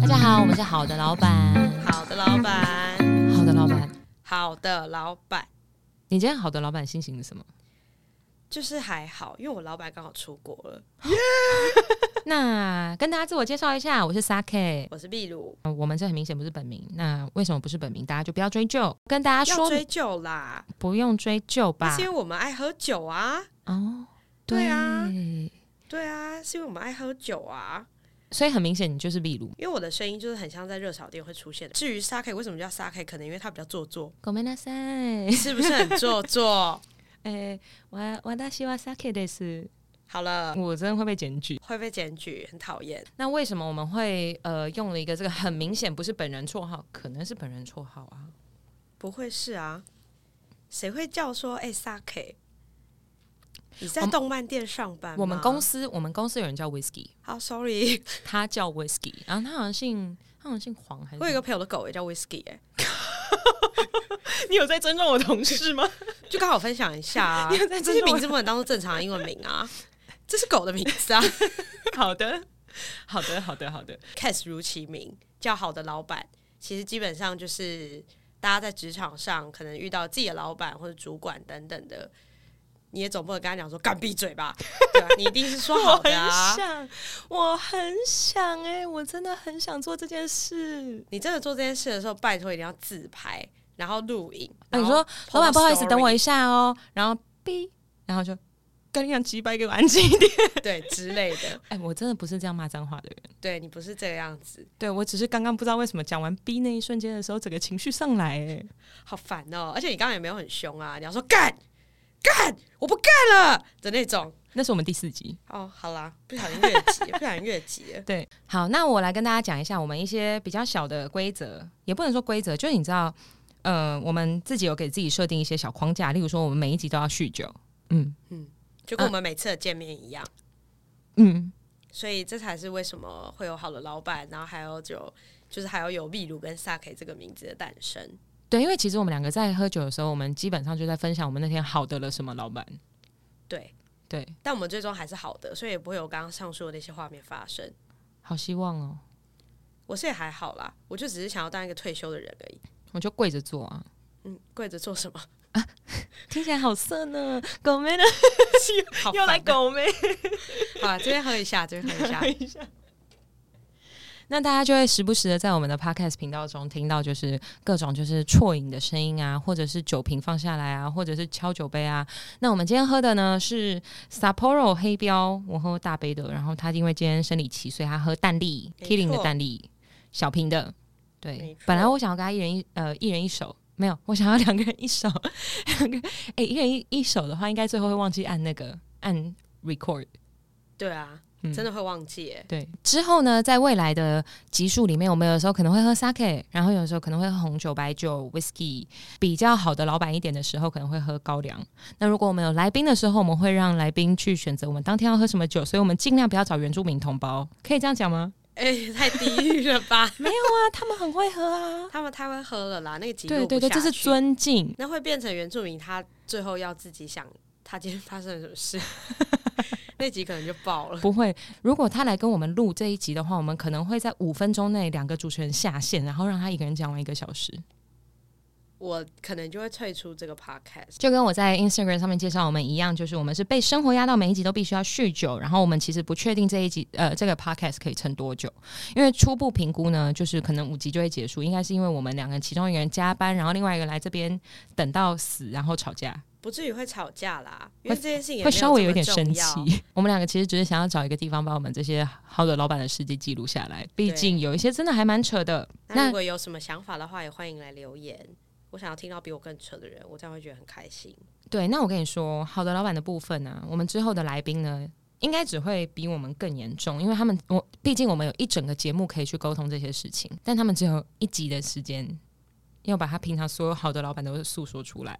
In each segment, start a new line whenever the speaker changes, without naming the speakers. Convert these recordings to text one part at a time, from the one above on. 大家好，我们是好的老板。
好的，老板。
好的老板，
好的，老板。
你今天好的老板心情是什么？
就是还好，因为我老板刚好出国了。
那跟大家自我介绍一下，我是 Sake。
我是秘鲁，
呃我们这很明显不是本名，那为什么不是本名？大家就不要追究。跟大家
要
说，
追究啦，
不用追究吧
是因。为我们爱喝酒啊。
哦，
对啊
对
对啊，是因为我们爱喝酒啊。
所以很明显你就是秘鲁。
因为我的声音就是很像在热炒店会出现的。至于 Sake 为什么叫 Sake，可能因为他比较做作，
ごめんなさい。
是不是很做作？
哎，我我大希望 Sake 的是，
好了，
我真的会被检举。
会被检举，很讨厌。
那为什么我们会呃用了一个这个很明显不是本人绰号，可能是本人绰号啊？
不会是啊？谁会叫说哎、Sake？你在
我们
动漫店上班吗？
我们公司我们公司有人叫 Whisky，
好、s o r r y
他叫 Whisky，然后他好像姓他好像姓黄还是
我有一个朋友的狗也叫 Whisky 哎、
你有在尊重我同事吗？
就刚好分享一下啊
你有在，
这
尊重我
些名字不能当做正常的英文名啊， 这是狗的名字啊。
好的，好的，好的，好的。
Cas 如其名，叫好的老板，其实基本上就是大家在职场上可能遇到自己的老板或者主管等等的，你也总不能跟他讲说干闭嘴吧，对吧、你一定是说好的 啊。
想，我很想哎、我真的很想做这件事。
你真的做这件事的时候，拜托一定要自拍，然后录影。
啊、你
然后
说老板
post
不好意思，
story
等我一下哦，然后 B，然后就跟你讲几百给我安静一点。
对之类的，
哎、我真的不是这样骂脏话的人，
对你不是这个样子，
对我只是刚刚不知道为什么讲完 B 那一瞬间的时候，整个情绪上来哎、
好烦哦！而且你刚刚也没有很凶啊，你要说干干，我不干了的那种。
那是我们第四集。
哦，好啦，不小心越级，不小心越级了。
对，好，那我来跟大家讲一下我们一些比较小的规则，也不能说规则，就是你知道，呃，我们自己有给自己设定一些小框架，例如说我们每一集都要酗酒，嗯
就跟我们每次的见面一样，
嗯，
所以这才是为什么会有好的老板，然后还有就就是还要有秘鲁跟萨 K 这个名字的诞生。
对，因为其实我们两个在喝酒的时候，我们基本上就在分享我们那天好的了什么，老板，
对，
对，
但我们最终还是好的，所以也不会有刚刚上述的那些画面发生。
好希望哦，
我是也还好啦，我就只是想要当一个退休的人而已。
我就跪着做啊，
嗯，跪着做什么？
听起来好色呢，狗 妹呢
好
又来
烦啊
狗妹，
好啊！这边喝一下，这边喝一 下。
那大家就会时不时的在我们的 podcast 频道中听到，就是各种就是啜饮的声音啊，或者是酒瓶放下来啊，或者是敲酒杯啊。那我们今天喝的呢是 Sapporo 黑标，我喝大杯的，然后他因为今天生理期，所以他喝淡丽
没
Killing 的
错
淡丽小瓶的。
没
对
错，
本来我想要跟他一人一呃一人一手。没有，我想要两个人一手， 两个哎、一人一一手的话，应该最后会忘记按那个按 record。
对啊，
嗯
真的会忘记耶。
对，之后呢，在未来的集数里面，我们有时候可能会喝 sake，然后有时候可能会喝红酒、白酒、whisky。比较好的老板一点的时候，可能会喝高粱。那如果我们有来宾的时候，我们会让来宾去选择我们当天要喝什么酒，所以我们尽量不要找原住民同胞，可以这样讲吗？
哎、太地狱了 吧！
啊，他们很会喝啊。
他们太会喝了啦，那个集
对
录
对对，
不
这
下
是
去，
尊敬。
那会变成原住民，他最后要自己想他今天发生了什么事， 那集可能就爆了。
不会，如果他来跟我们录这一集的话，我们可能会在五分钟内两个主持人下线，然后让他一个人讲完一个小时。
我可能就会退出这个 podcast。
就跟我在 Instagram 上面介绍我们一样，就是我们是被生活压到每一集都必须要酗酒，然后我们其实不确定这一集呃这个 podcast 可以撑多久，因为初步评估呢，就是可能五集就会结束，应该是因为我们两个人其中一个人加班，然后另外一个来这边等到死，然后吵架，
不至于会吵架啦，因为这件事情也
会
没
稍微
有
有
这么
点
重
生
要
气。 我们两个其实只是想要找一个地方把我们这些好的老板的事迹记录下来，毕
对
竟有一些真的还蛮扯的。
那
那
如果有什么想法的话，也欢迎来留言。我想要听到比我更扯的人，我这样会觉得很开心。
对，那我跟你说，好的老板的部分呢、我们之后的来宾呢，应该只会比我们更严重，因为他们我毕竟我们有一整个节目可以去沟通这些事情，但他们只有一集的时间，要把他平常所有好的老板都诉说出来。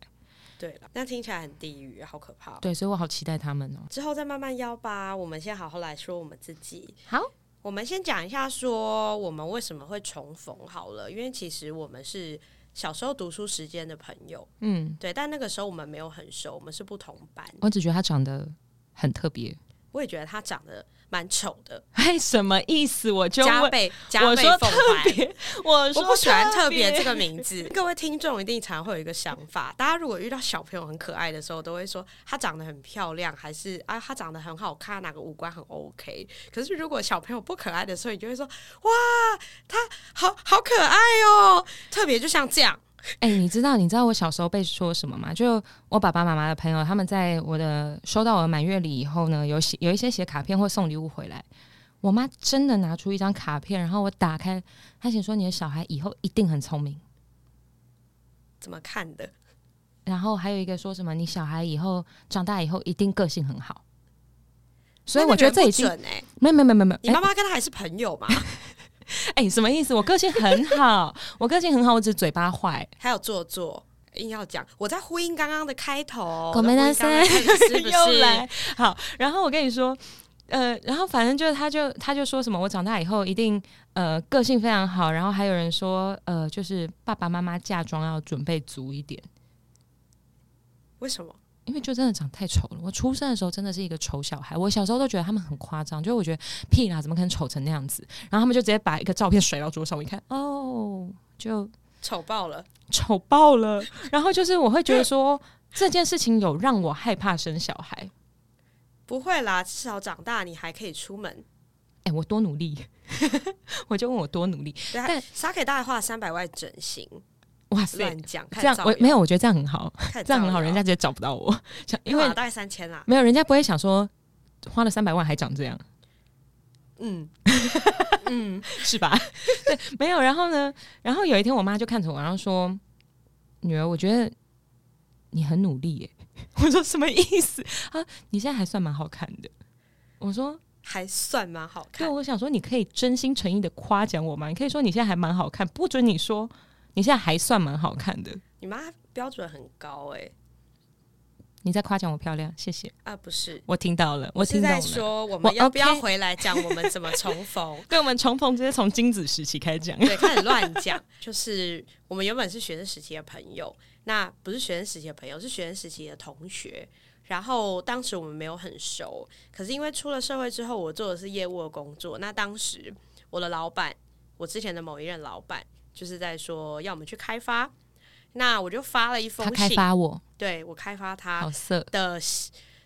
对了，那听起来很地狱，好可怕哦、
对，所以我好期待他们哦。
之后再慢慢邀吧。我们先好好来说我们自己。
好，
我们先讲一下说我们为什么会重逢好了，因为其实我们是小时候读书时间的朋友，
嗯，
对，但那个时候我们没有很熟，我们是不同班。
我只觉得他长得很特别。
我也觉得他长得蛮丑的，
哎，什么意思？我就
加
问，
倍加
我
倍
说
奉
特
还。
别，我
我
说
不喜欢特别
别
这个名字。 各位听众一定常会有一个想法，大家如果遇到小朋友很可爱的时候，都会说她长得很漂亮，还是啊她长得很好看，哪个五官很 OK。可是如果小朋友不可爱的时候，你就会说哇，她好好可爱哦，特别就像这样。
哎、你知道你知道我小时候被说什么吗？就我爸爸妈妈的朋友，他们在我的收到我的满月礼以后呢，有写有一些写卡片或送礼物回来。我妈真的拿出一张卡片，然后我打开，她写说你的小孩以后一定很聪明。
怎么看的？
然后还有一个说什么你小孩以后长大以后一定个性很好。所以我觉得这已经
那那个人不准哎、
没有没有没有没有没
你
有，
妈妈跟她还是朋友嘛？
哎、哎什么意思？我个性很好，我个性很好，我只是嘴巴坏。
还有做作。硬要讲，我在呼应刚刚的开头，
我们
在
的
呼应刚刚的 开头是不
又
是？
来。好，然后我跟你说，呃，然后反正就是他就他就说什么，我长大以后一定呃个性非常好，然后还有人说呃，就是爸爸妈妈嫁妆要准备足一点，
为什么？
因为就真的长太丑了。我出生的时候真的是一个丑小孩，我小时候都觉得他们很夸张，就我觉得屁啦，怎么可能丑成那样子？然后他们就直接把一个照片甩到桌上，我一看，哦，就
丑爆了！
丑爆了。然后就是我会觉得说。这件事情有让我害怕生小孩，
不会啦，至少长大你还可以出门。
哎、我多努力， 我就问我多努力，
对啊
但，
撒给大家花了三百万整形，
哇塞，
乱讲，
这样我没有，我觉得这样很好，这样很好，人家直接找不到我， 想因
因
为
为大概三千哦啦，
没有人家不会想说花了三百万还长这样，
嗯，
是吧？ 对，没有。然后呢，然后有一天我妈就看着我，然后说：“女儿，我觉得你很努力耶。” 我说什么意思啊？你现在还算蛮好看的。我说，
还算蛮好
对，
看。
我想说，你可以真心诚意的夸奖我吗？你可以说你现在还蛮好看，不准你说你现在还算蛮好看的。
你妈标准很高哎、
你在夸奖我漂亮，谢谢。
啊，不是，
我听到了，我
是
听到
在
了。
说我
我
们要不要
OK？
回来讲我们怎么重逢
对，我们重逢直接从精子时期开始讲。
对，开始乱讲。就是我们原本是学生时期的朋友，那不是学生时期的朋友，是学生时期的同学。然后当时我们没有很熟，可是因为出了社会之后，我做的是业务的工作。那当时我的老板，我之前的某一任老板，就是在说要我们去开发。那我就发了一封
他开
信，
发 我，
对我开发他
好色。
的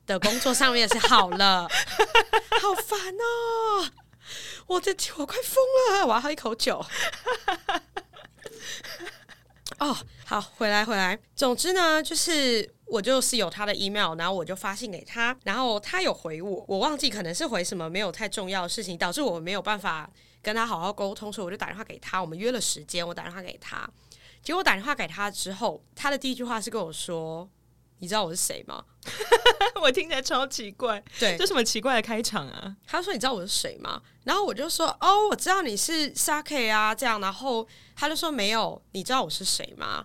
的工作上面是好了，好烦哦！我的我快疯了，我要喝一口酒。哦，好，回来回来。总之呢，就是我就是有他的 email，然后我就发信给他，然后他有回我，我忘记可能是回什么没有太重要的事情，导致我没有办法跟他好好沟通，所以我就打电话给他，我们约了时间，我打电话给他。结果打电话给他之后，他的第一句话是跟我说：“你知道我是谁吗？”
我听起来超奇怪，
对，
什么奇怪的开场啊？
他说：“你知道我是谁吗？”然后我就说：“哦，我知道你是 Sake 啊，这样。”然后他就说：“没有，你知道我是谁吗？”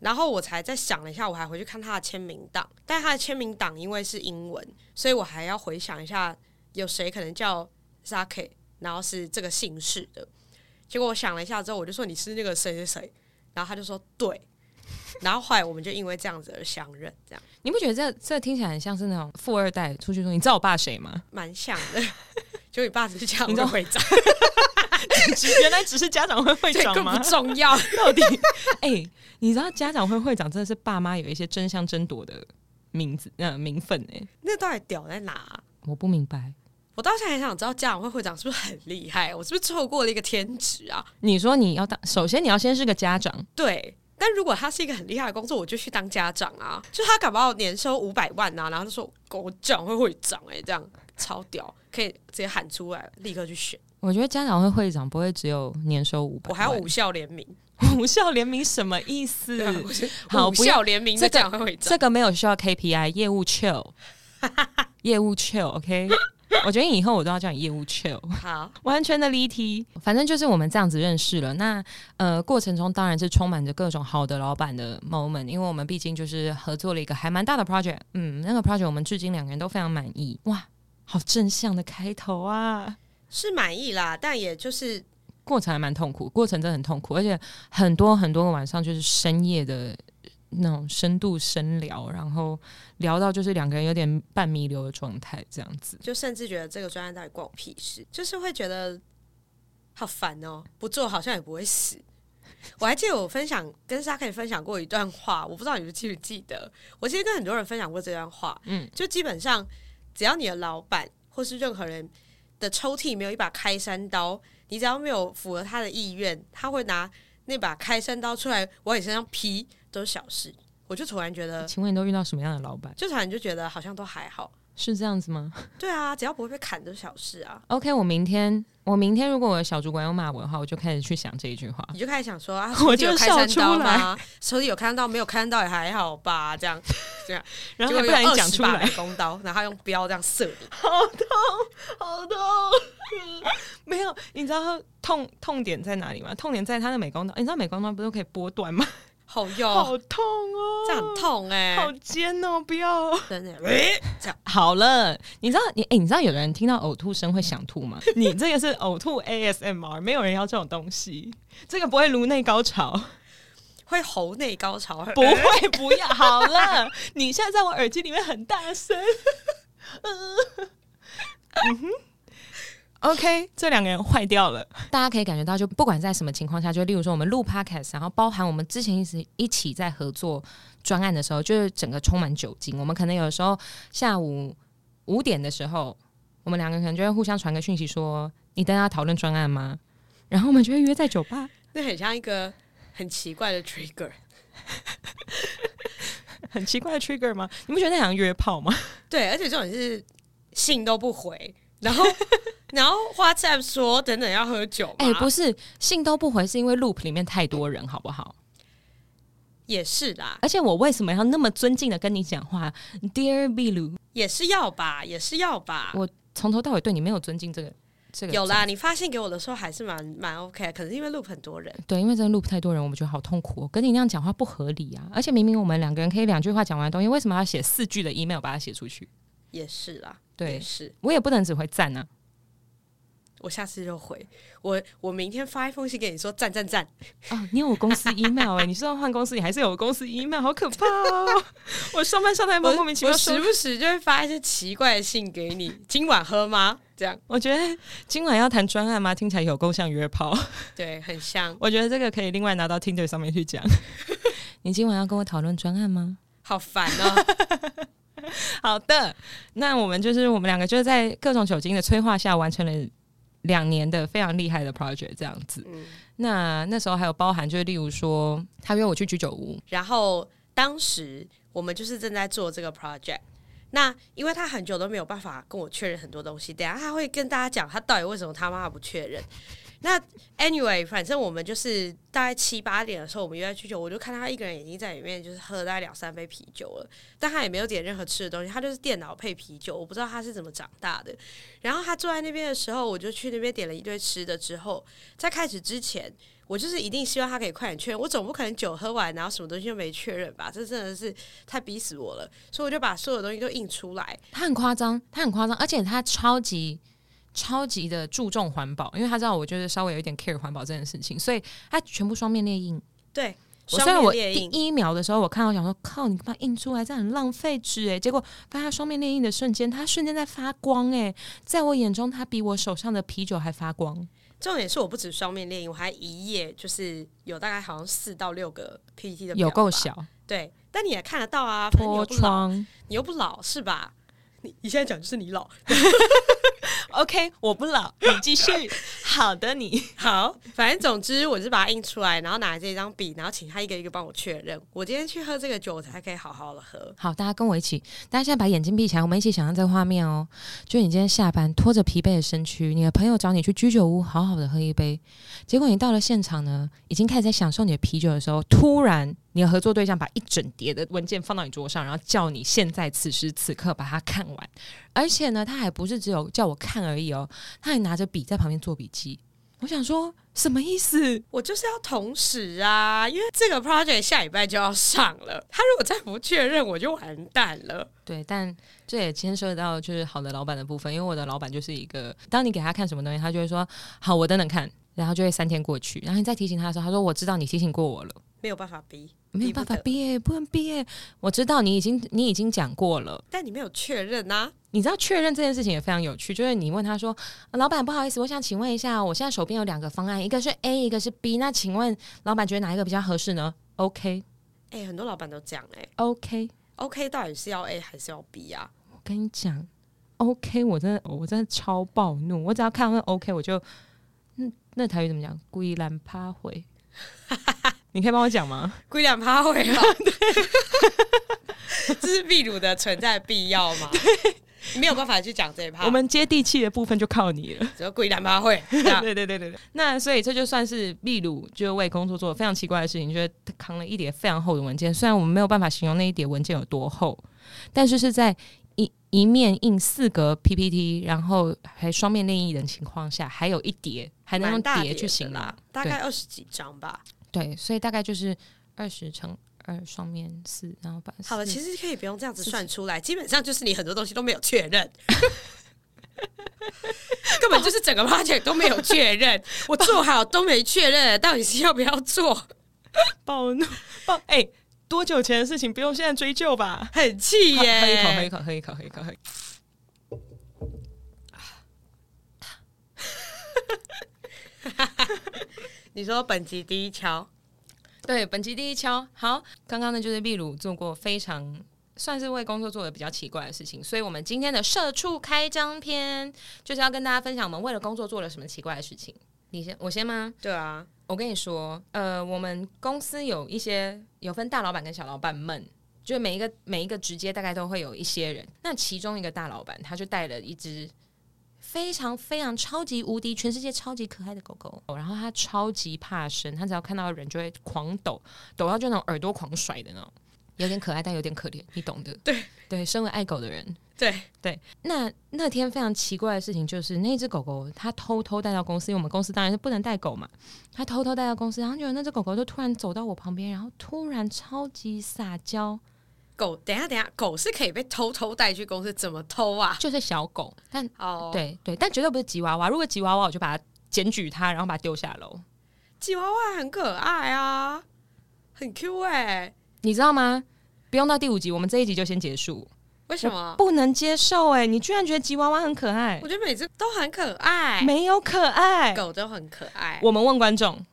然后我才再想了一下，我还回去看他的签名档，但他的签名档因为是英文，所以我还要回想一下有谁可能叫 Sake，然后是这个姓氏的。结果我想了一下之后，我就说：“你是那个谁谁谁？”然后他就说：“对。” 然后后来我们就因为这样子而相认，这样
你不觉得这这听起来很像是那种富二代出去说，你知道我爸谁吗？
蛮像的。就你爸只是这样，
你知
我
道
就回家。
原来 只是家长会会
这
长
个
吗
不？重 要。
到底？哎、你知道家长会会长真的是爸妈有一些争相争夺的名字呃名分哎、
那到底屌在哪啊、
我不明白。
我到现在很想知道家长会会长是不是很厉害，我是不是错过了一个天职啊？
你说你要当，首先你要先是个家长，
对。但如果他是一个很厉害的工作，我就去当家长啊！就他搞不好年收五百万啊，然后就说我家长会会长哎、这样超屌，可以直接喊出来，立刻去选。
我觉得家长会会长不会只有年收五百，
我还要无效联名，
无效联名什么意思？好
好，
不
无
要
效联名的家长会会长。
这个没有需要 KPI，业务 chill，业务 chill，OK、我觉得以后我都要叫你业务 chill，
好，
完全的离题。反正就是我们这样子认识了。那呃，过程中当然是充满着各种好的老板的 moment，因为我们毕竟就是合作了一个还蛮大的 project。嗯，那个 project 我们至今两个人都非常满意。哇，好正向的开头啊！
是满意啦，但也就是
过程还蛮痛苦，过程真的很痛苦，而且很多很多个晚上就是深夜的那种深度深聊，然后聊到就是两个人有点半弥留的状态这样子。
就甚至觉得这个专案到底关我屁事，就是会觉得好烦哦，不做好像也不会死。我还记得我分享跟沙克分享过一段话，我不知道你们记不记得。我其实跟很多人分享过这段话，嗯，就基本上只要你的老板或是任何人的抽屉没有一把开山刀，你只要没有符合他的意愿，他会拿那把开山刀出来往你身上劈，都是小事。我就突然觉得，
请问你都遇到什么样的老板？
就突然就觉得好像都还好。
是这样子吗？
对啊，只要不会被砍都是小事啊。
OK，我明天我明天如果我的小主管要骂我的话，我就开始去想这一句话。
你就开始想说 啊，
我
手机有
就
开
笑
山
出
刀
来
吗？手里有看到没有看到也还好吧，这样这样，
然后
结
还
果
不然
有
你
20
讲出
把
来
美，工刀，然后他用标这样射你，
好 痛！没有，你知道痛痛点在哪里吗？痛点在他的美工刀，你知道美工刀不是可以剥断吗？
好用，
好痛哦，
这样很痛哎、
好尖哦，不要！
真的，欸这样
好了，你知道你哎、你知道有的人听到呕吐声会想吐吗？ 你这个是呕吐 ASMR，没有人要这种东西，这个不会颅内高潮，
会喉内高潮，
不会，不要。好了，你现在在我耳机里面很大 声，嗯哼。OK，这两个人坏掉了。大家可以感觉到，就不管在什么情况下，就例如说我们录 podcast，然后包含我们之前一直一起在合作专案的时候，就是整个充满酒精。我们可能有时候下午五点的时候，我们两个可能就会互相传个讯息说：“你等下讨论专案吗？”然后我们就会约在酒吧。
那很像一个很奇怪的 trigger。
很奇怪的 trigger 吗？你不觉得那像约炮吗？
对，而且这种是信都不回，然后然后花赞说等等要喝酒嘛，
哎、不是，信都不回，是因为 loop 里面太多人，好不好？
也是啦，
而且我为什么要那么尊敬的跟你讲话，Dear b i l
也是要吧，也是要吧，
我从头到尾对你没有尊敬这个这个
有啦，你发信给我的时候还是蛮蛮 OK，可是因为 loop 很多人，
对，因为真的 loop 太多人，我们觉得好痛苦、哦。跟你那样讲话不合理啊！而且明明我们两个人可以两句话讲完的东西，为什么要写四句的 email 把它写出去？
也是啦，
对
也是。
我也不能只会赞啊！
我下次就回我，我明天发一封信给你说赞赞赞，
哦，你有我公司 email 哎、你是要换公司，你还是有我公司 email，好可怕 哦！我上班上太
我
莫名其妙
我
收
时不时就会发一些奇怪的信给你，今晚喝吗？这样
我觉得今晚要谈专案吗？听起来有够像约炮。
对，很像，
我觉得这个可以另外拿到 Tinder 上面去讲。 你今晚要跟我讨论专案吗？
好烦哦。
好的，那我们就是我们两个就是在各种酒精的催化下完成了两年的非常厉害的 project 这样子。那那时候还有包含就是例如说，嗯他约我去居酒屋，
然后当时我们就是正在做这个 project，那因为他很久都没有办法跟我确认很多东西，等一下他会跟大家讲他到底为什么他妈不确认。那 anyway，反正我们就是大概七八点的时候，我们约在去酒，我就看他一个人已经在里面就是喝了大概两三杯啤酒了，但他也没有点任何吃的东西，他就是电脑配啤酒，我不知道他是怎么长大的。然后他坐在那边的时候，我就去那边点了一堆吃的，之后在开始之前。我就是一定希望他可以快点确认，我总不可能酒喝完然后什么东西都没确认吧？这真的是太逼死我了，所以我就把所有东西都印出来，
他很夸张，他很夸张，而且他超级超级的注重环保，因为他知道我就是稍微有一点 care 环保这件事情，所以他全部双面列印。
对，
我
双
虽然
面
我
猎
第
印，
一秒的时候，我看到想说，靠，你干嘛印出来？这很浪费纸哎。结果发现它双面猎印欸的瞬间，它瞬间在发光哎，在我眼中，它比我手上的啤酒还发光。
重点是我不止双面猎鹰，我还一页就是有大概好像四到六个 PPT 的，
有够。小，
对，但你也看得到啊，反正
破
你又不老，
窗。
你又不老是吧？你你现在讲就是你老，
OK，我不老，你继续。好的，你
好，反正总之我就是把它印出来，然后拿着这张笔，然后请他一个一个帮我确认。我今天去喝这个酒，我才可以好好的喝。
好，大家跟我一起，大家现在把眼睛闭起来，我们一起想象这个画面哦。就你今天下班，拖着疲惫的身躯，你的朋友找你去居酒屋，好好的喝一杯。结果你到了现场呢，已经开始在享受你的啤酒的时候，突然你的合作对象把一整叠的文件放到你桌上，然后叫你现在此时此刻把它看完。而且呢，他还不是只有叫我看而已哦，他还拿着笔在旁边做笔记。我想说，什么意思？
我就是要同时啊，因为这个 project 下礼拜就要上了，他如果再不确认，我就完蛋了。
对，但这也牵涉到就是好的老板的部分，因为我的老板就是一个，当你给他看什么东西，他就会说好，我等等看，然后就会三天过去，然后你再提醒他的时候，他说我知道你提醒过我了，
没有办法逼，
没有办法
逼不得，
毕业，不能毕业，我知道你已经你已经讲过了。
但你没有确认啊。
你知道确认这件事情也非常有趣，就是你问他说：“呃老板，不好意思，我想请问一下，我现在手边有两个方案，一个是 A，一个是 B，那请问老板觉得哪一个比较合适呢？”OK
哎、很多老板都这样哎、
OK，
OK 到底是要 A 还是要 B 啊？
我跟你讲，OK，我真的我真的超暴怒，我只要看到那 OK，我就那那台语怎么讲？故意懒趴回，你可以帮我讲吗？
龟两趴回啊， 对，这是秘鲁的存在必要吗？你没有办法去讲这一趴，
我们接地气的部分就靠你 了。
只有龟两趴会。这样
对对对对对。那所以这就算是秘鲁，就是为工作做了非常奇怪的事情，就是他扛了一叠非常厚的文件。虽然我们没有办法形容那一叠文件有多厚，但是是在一一面印四格 PPT，然后还双面另一人情况下，还有一叠，还能
蛮
用
大
叠
的
去形容
啦。，大概二十几张吧。
对，所以大概就是二十乘二双面四，然后把
好了，
四
其实可以不用这样子算出来，基本上就是你很多东西都没有确认。 根本就是整个 project 都没有确 认，我做好都没确认，到底是要不要做？
暴怒暴哎、多久前的事情不用现在追究 吧？
很气耶！
喝一口，喝一口，喝一口，喝一口，喝一口。
你说本集第一敲，
对，本期第一敲。好，刚刚呢就是秘鲁做过非常算是为工作做的比较奇怪的事情，所以我们今天的社畜开张篇就是要跟大家分享我们为了工作做了什么奇怪的事情。你先，我先吗？
对啊，
我跟你说，呃，我们公司有一些有分大老板跟小老板们，就每一个每一个直接大概都会有一些人。那其中一个大老板，他就带了一只非常非常超级无敌、全世界超级可爱的狗狗，然后他超级怕生，他只要看到人就会狂抖，抖到就那种耳朵狂甩的那种，有点可爱但有点可怜，你懂的。
对
对，身为爱狗的人，
对，
那那天非常奇怪的事情就是，那只狗狗它偷偷带到公司，因为我们公司当然是不能带狗嘛，它偷偷带到公司，然后就有那只狗狗就突然走到我旁边，然后突然超级撒娇，
狗，等一下等一下，狗是可以被偷偷带去公司，怎么偷啊？
就是小狗，但
哦，，
对对，但绝对不是吉娃娃。如果吉娃娃，我就把它检举它，然后把它丢下楼，
吉娃娃很可爱啊，很 Q 哎、
你知道吗？不用到第五集，我们这一集就先结束，
为什么？
不能接受哎、你居然觉得吉娃娃很可爱
我，觉得每只都很可爱，
没有可爱。
狗都很可爱。
我们问观众，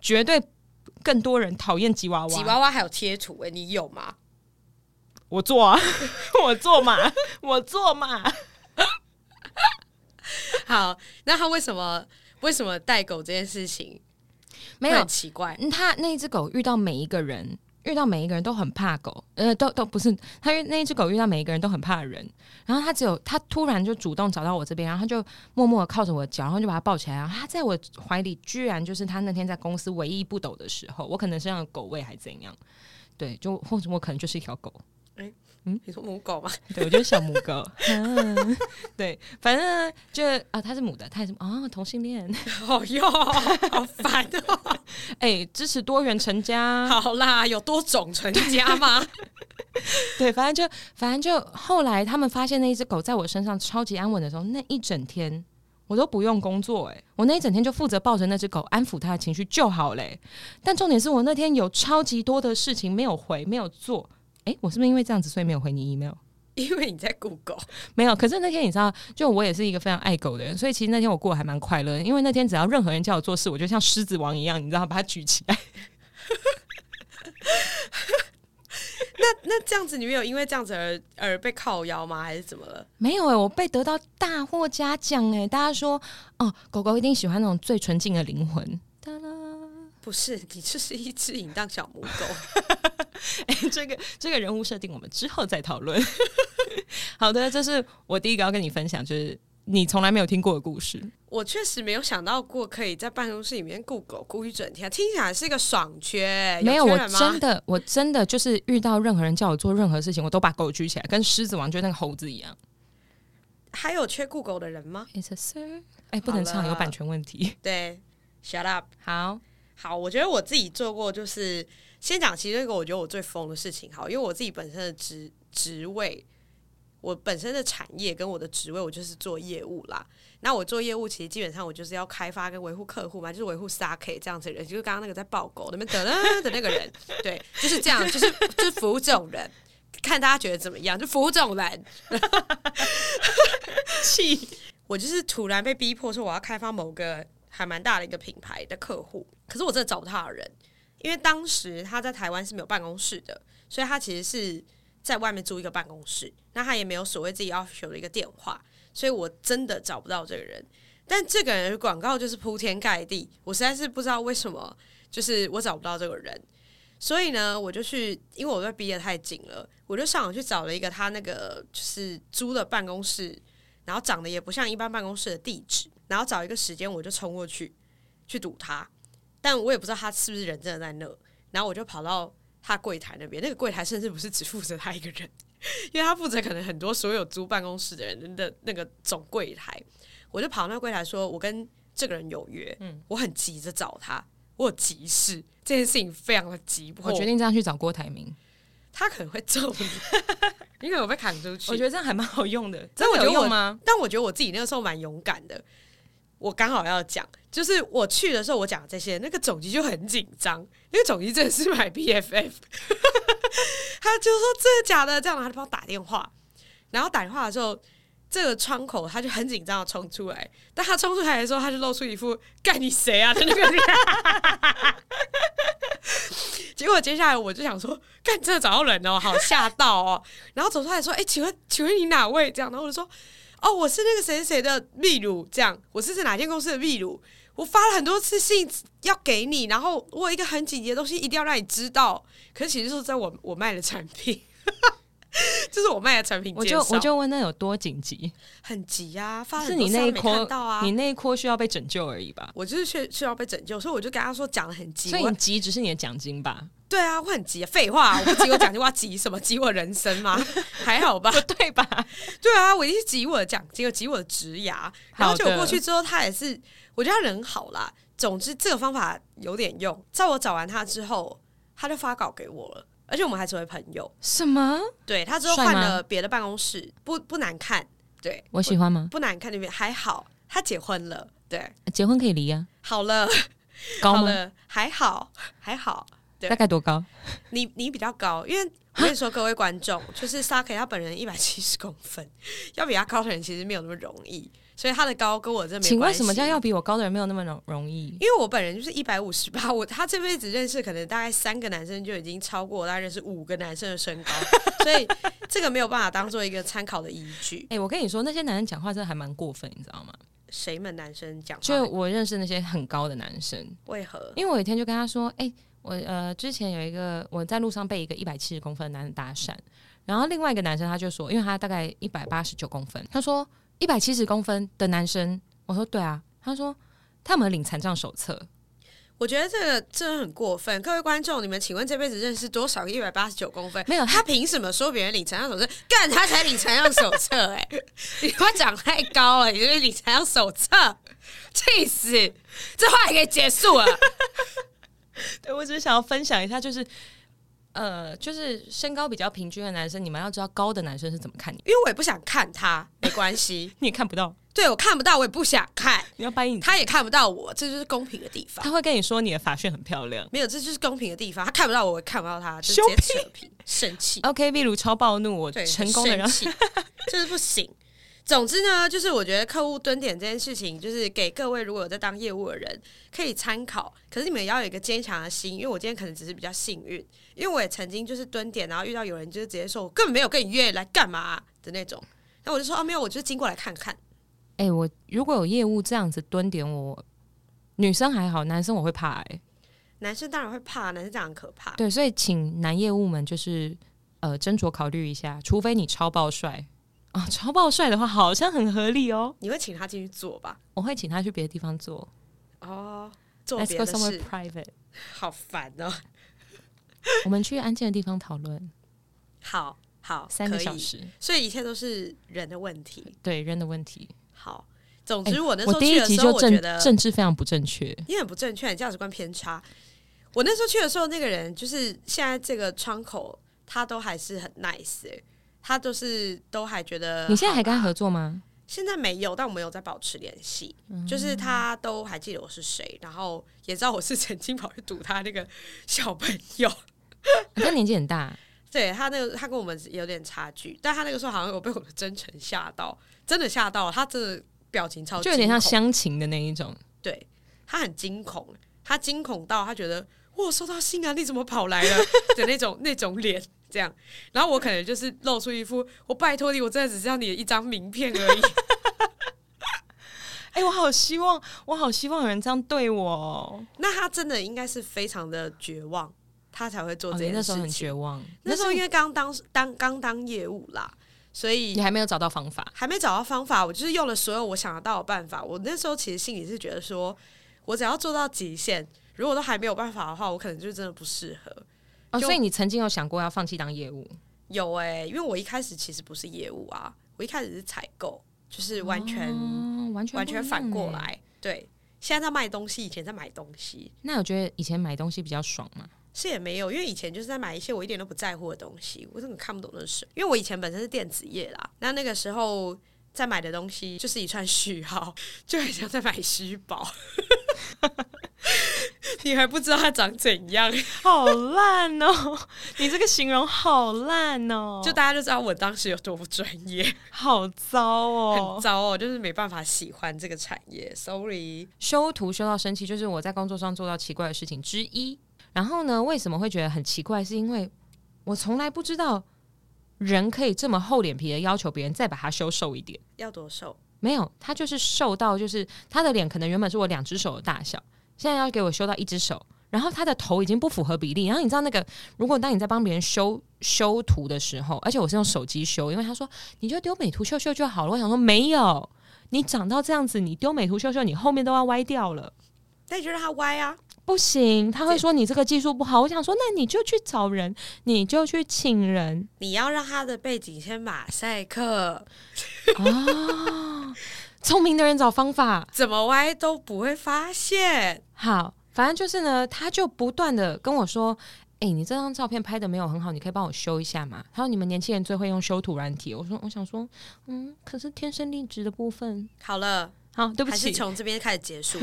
绝对更多人讨厌吉娃娃
吉。娃娃还有贴图哎、你有吗？
我做啊， 我做嘛，我做嘛。
好，那他为什么为什么带狗这件事情
没
会
有
很，奇怪？
嗯他那只狗遇到每一个人，遇到每一个人都很怕狗，呃，都都不是，他遇那只狗遇到每一个人都很怕人。然后他只有他突然就主动找到我这边，然后他就默默的靠着我的脚，然后就把它抱起来。然后他在我怀里，居然就是他那天在公司唯一不抖的时候，我可能身上有狗味还怎样。对，就或者我可能就是一条狗，
你说母狗吗？
对我就是小母狗，嗯对，反正就啊，它是母的，它也是啊、同性恋，
好哦哟， 好烦哦、
哎、支持多元成家，
好啦，有多种成家吗？
对，反正就反正就后来他们发现那一只狗在我身上超级安稳的时候，那一整天我都不用工作、欸，我那一整天就负责抱着那只狗安抚它的情绪就好嘞、但重点是我那天有超级多的事情没有回，没有做，哎、我是不是因为这样子所以没有回你 email？
因为你在 Google，
没有，可是那天你知道，就我也是一个非常爱狗的人，所以其实那天我过得还蛮快乐的。因为那天只要任何人叫我做事，我就像狮子王一样，你知道，把它举起来。
那 那这样子，你们有因为这样子而而被靠腰吗？还是怎么了？
没有哎、我被得到大获嘉奖哎、大家说哦，狗狗一定喜欢那种最纯净的灵魂。哒啦，
不是，你就是一只淫荡小母狗。
哎、 这个这个人物设定我们之后再讨 论。好的，这是我第一个要跟你分享，就是你从来没有听过的故事。
我确实没有想到过可以在办公室里面顾狗顾一整天，听起来是一个爽缺。
没有，
缺
我
人吗
真的，我真的就是遇到任何人叫我做任何事情，我都把狗举起来，跟狮子王就那个猴子一样。
还有缺顾狗的人吗？
It's a sir，哎、不能唱，有版权问题。
对，shut up。
好，
好，我觉得我自己做过，就是先讲其实这个我觉得我最疯的事情，好，因为我自己本身的职职位，我本身的产业跟我的职位，我就是做业务啦。那我做业务，其实基本上我就是要开发跟维护客户嘛，就是维护 s a K 这样子的人，就是刚刚那个在爆狗那边等等的那个人，对，就是这样，就是就是服务这种人。看大家觉得怎么样，就服务这种人，气！我就是突然被逼迫说我要开发某个还蛮大的一个品牌的客户，可是我真的找不到他的人，因为当时他在台湾是没有办公室的，所以他其实是在外面租一个办公室，那他也没有所谓自己 official 的一个电话，所以我真的找不到这个人。但这个人的广告就是铺天盖地，我实在是不知道为什么，就是我找不到这个人。所以呢，我就去，因为我被逼得太紧了，我就上网去找了一个他那个就是租的办公室，然后长得也不像一般办公室的地址，然后找一个时间我就冲过去去堵他，但我也不知道他是不是人真的在那，然后我就跑到他柜台那边，那个柜台甚至不是只负责他一个人， 因为他负责可能很多所有租办公室的人的那个总柜台，我就跑到那柜台说，我跟这个人有约，嗯，我很急着找他，我有急事，这件事情非常的急迫，
我决定这样去找郭台铭，
他可能会揍你， 你可能会被砍出去。
我觉得这样还蛮好用的。
但我觉得
有
我
用吗？
但我觉得我自己那个时候蛮勇敢的。我刚好要讲，就是我去的时候，我讲这些，那个总机就很紧张，那个总机真的是买 BFF，他就说真的假的，这样，然后他就帮我打电话，然后打电话的时候，这个窗口他就很紧张的冲出来，但他冲出来的时候，他就露出一副干你谁啊的那个脸。结果接下来我就想说，干真的找到人哦，好吓到哦，然后走出来说，哎、请问请问你哪位？这样，然后我就说。哦，我是那个谁谁谁的秘鲁，这样，我是在哪间公司的秘鲁，我发了很多次信要给你，然后我有一个很紧急的东西一定要让你知道，可是其实就是在我我卖的产品，就是我卖的产品
我
介绍，
就我就问那有多紧急？
很急啊，发了
是
很多
你
次
那一
他没看
颗
到啊，
你那一颗需要被拯救而已吧？
我就是需需要被拯救，所以我就跟他说讲的很急，
所以
我
你急只是你的奖金吧？
对啊，我很急，废话，我不急我奖金，我要急什么？急我人生吗？还好 吧，
对吧？
对啊，我一定是挤我的奖金，我挤我的职涯。然后
好的
就我过去之后，他也是，我觉得他人好啦。总之，这个方法有点用。在我找完他之后，他就发稿给我了，而且我们还成为朋友。
什么？
对他之后
帅
换
吗
了别的办公室，不不难看，对，
我喜欢吗？
不难看那边还好。他结婚了，对，
结婚可以离啊？
好了，
高吗？
好了，还好，还好。对
大概多高？
你你比较高，因为我跟你说，各位观众， 就是沙 K 他本人一百七十公分，要比他高的人其实没有那么容易，所以他的高跟我这没
请
关
问
系
什么叫要比我高的人没有那么容容易？
因为我本人就是一百五十八，我他这辈子认识可能大概三个男生就已经超过我大概认识五个男生的身高， 所以这个没有办法当做一个参考的依据。
哎、我跟你说，那些男人讲话真的还蛮过分，你知道吗？
谁们男生讲话？
就我认识那些很高的男生，
为何？
因为我有一天就跟他说：“哎、我呃之前有一个我在路上被一个一百七十公分的男人搭讪，然后另外一个男生他就说，因为他大概一百八十九公分，他说一百七十公分的男生，我说对啊，他说他有没有领残障手 册？
我觉得这个真的很过分。各位观众，你们请问这辈子认识多少个一百八十九公分？
没有
他凭什么说别人领残障手册？干他才领残障手册哎、 你他长太高了，你就是领残障手册，气死！这话也可以结束了。
对我只是想要分享一下，就是呃，就是身高比较平均的男生，你们要知道高的男生是怎么看你，。
因为我也不想看他，没关系
你也看不到，
对我看不到，我也不想看，
你要搬你，
他也看不到我，这就是公平的地方
他。会跟你说你的发旋很漂亮。
没有，这就是公平的地方。他看不到我，我也看不到他，就直
羞
接扯皮，生气，
OK，例如超暴怒，我
对，
成功的让
生气，就是不行。总之呢，就是我觉得客户蹲点这件事情，就是给各位如果有在当业务的人可以参考。可是你们也要有一个坚强的心，因为我今天可能只是比较幸运，因为我也曾经就是蹲点，然后遇到有人就是直接说我根本没有跟你约来干嘛啊、的那种，然后我就说哦没有，我就是经过来看看。
哎、我如果有业务这样子蹲点我，女生还好，男生我会怕哎、
男生当然会怕，男生当然很可怕。
对，所以请男业务们就是呃斟酌考虑一下，除非你超爆帅啊、超爆帅的话好像很合理哦。
你会请他进去做吧？
我会请他去别的地方做
哦，做
，Let's
别
go
的
somewhere
事，
private。
好烦哦。
我们去安静的地方讨论
好好，
三个
哦可以
小，时，
所以一切都是人的问题。
对人的问题。
好，总之我那时
哎我
候
第
去
一
的
集
时候，
就
我
政
觉得
政治非常不正确，
你很不正确，你价值观偏差。我那时候去的时候，那个人就是现在这个窗口，他都还是很 nice，、欸、他都是都还觉得。
你现在还跟他合？作吗？
现在没有，但我们有在保持联系，
嗯
就是他都还记得我是谁，然后也知道我是曾经跑去堵他那个小朋友。
他年纪很 大，
对他那个，他跟我们有点差距，但他那个时候好像有被我的真诚吓到，真的吓到了，他真的表情超
就有点像
惊恐
乡情的那一种。
对他很惊恐，他惊恐到他觉得我有收到信啊，你怎么跑来了 的那种那种脸，这样。然后我可能就是露出一副我拜托你，我真的只是要你的一张名片而已。
哎、我好希望，我好希望有人这样对我、哦。
那他真的应该是非常的绝望，他才会做
哦
这
你
件
那时候
事
很
情。
绝望，
那时候
是
因为刚当当刚当业务啦，所以
你还没有找到方法。
还没找到方法，我就是用了所有我想得到的办法。我那时候其实心里是觉得说，我只要做到极限，如果都还没有办法的话，我可能就真的不适合。
哦，
就
所以你曾经有想过要放弃当业务？
有哎、因为我一开始其实不是业务啊，我一开始是采购，就是完全、
哦、完全
完
不
全
一
反
样
过
欸。
来。对，现在在卖东西，以前在买东西
那我觉得以前买东西比较爽嘛。
是也没有，因为以前就是在买一些我一点都不在乎的东西，我根本看不懂那是什么。因为我以前本身是电子业啦，那那个时候在买的东西就是一串序号， 就很像在买虚宝。 你还不知道它长怎样，
好烂哦！ 你这个形容好烂哦
就大家就知道我当时有多不专 业，
好糟
很
哦。
糟哦，就是没办法喜欢这个产业，sorry。
修图修到生气，就是我在工作上做到奇怪的事情之一。然后呢，为什么会觉得很奇怪？是因为我从来不知道人可以这么厚脸皮的要求别人再把它修瘦一点。
要多瘦？
没有，他就是瘦到，就是他的脸可能原本是我两只手的大小，现在要给我修到一只手，然后他的头已经不符合比例。然后你知道那个，如果当你在帮别人修修图的时候，而且我是用手机修，因为他说你就丢美图秀秀就好了。我想说没有，你长到这样子，你丢美图秀秀，你后面都要歪掉了。
那你就让他歪啊！
不行，他会说你这个技术不好。我想说，那你就去找人，你就去请人。
你要让他的背景先马赛克，
啊聪明的人找方法，
怎么歪都不会发现。
好，反正就是呢，他就不断的跟我说。哎、你这张照片拍的没有很好，你可以帮我修一下嘛？他说你们年轻人最会用修图软体。我说我想说，嗯，可是天生丽质的部分，
好了，
好，对不
还 是
起。
从这边开始结 束。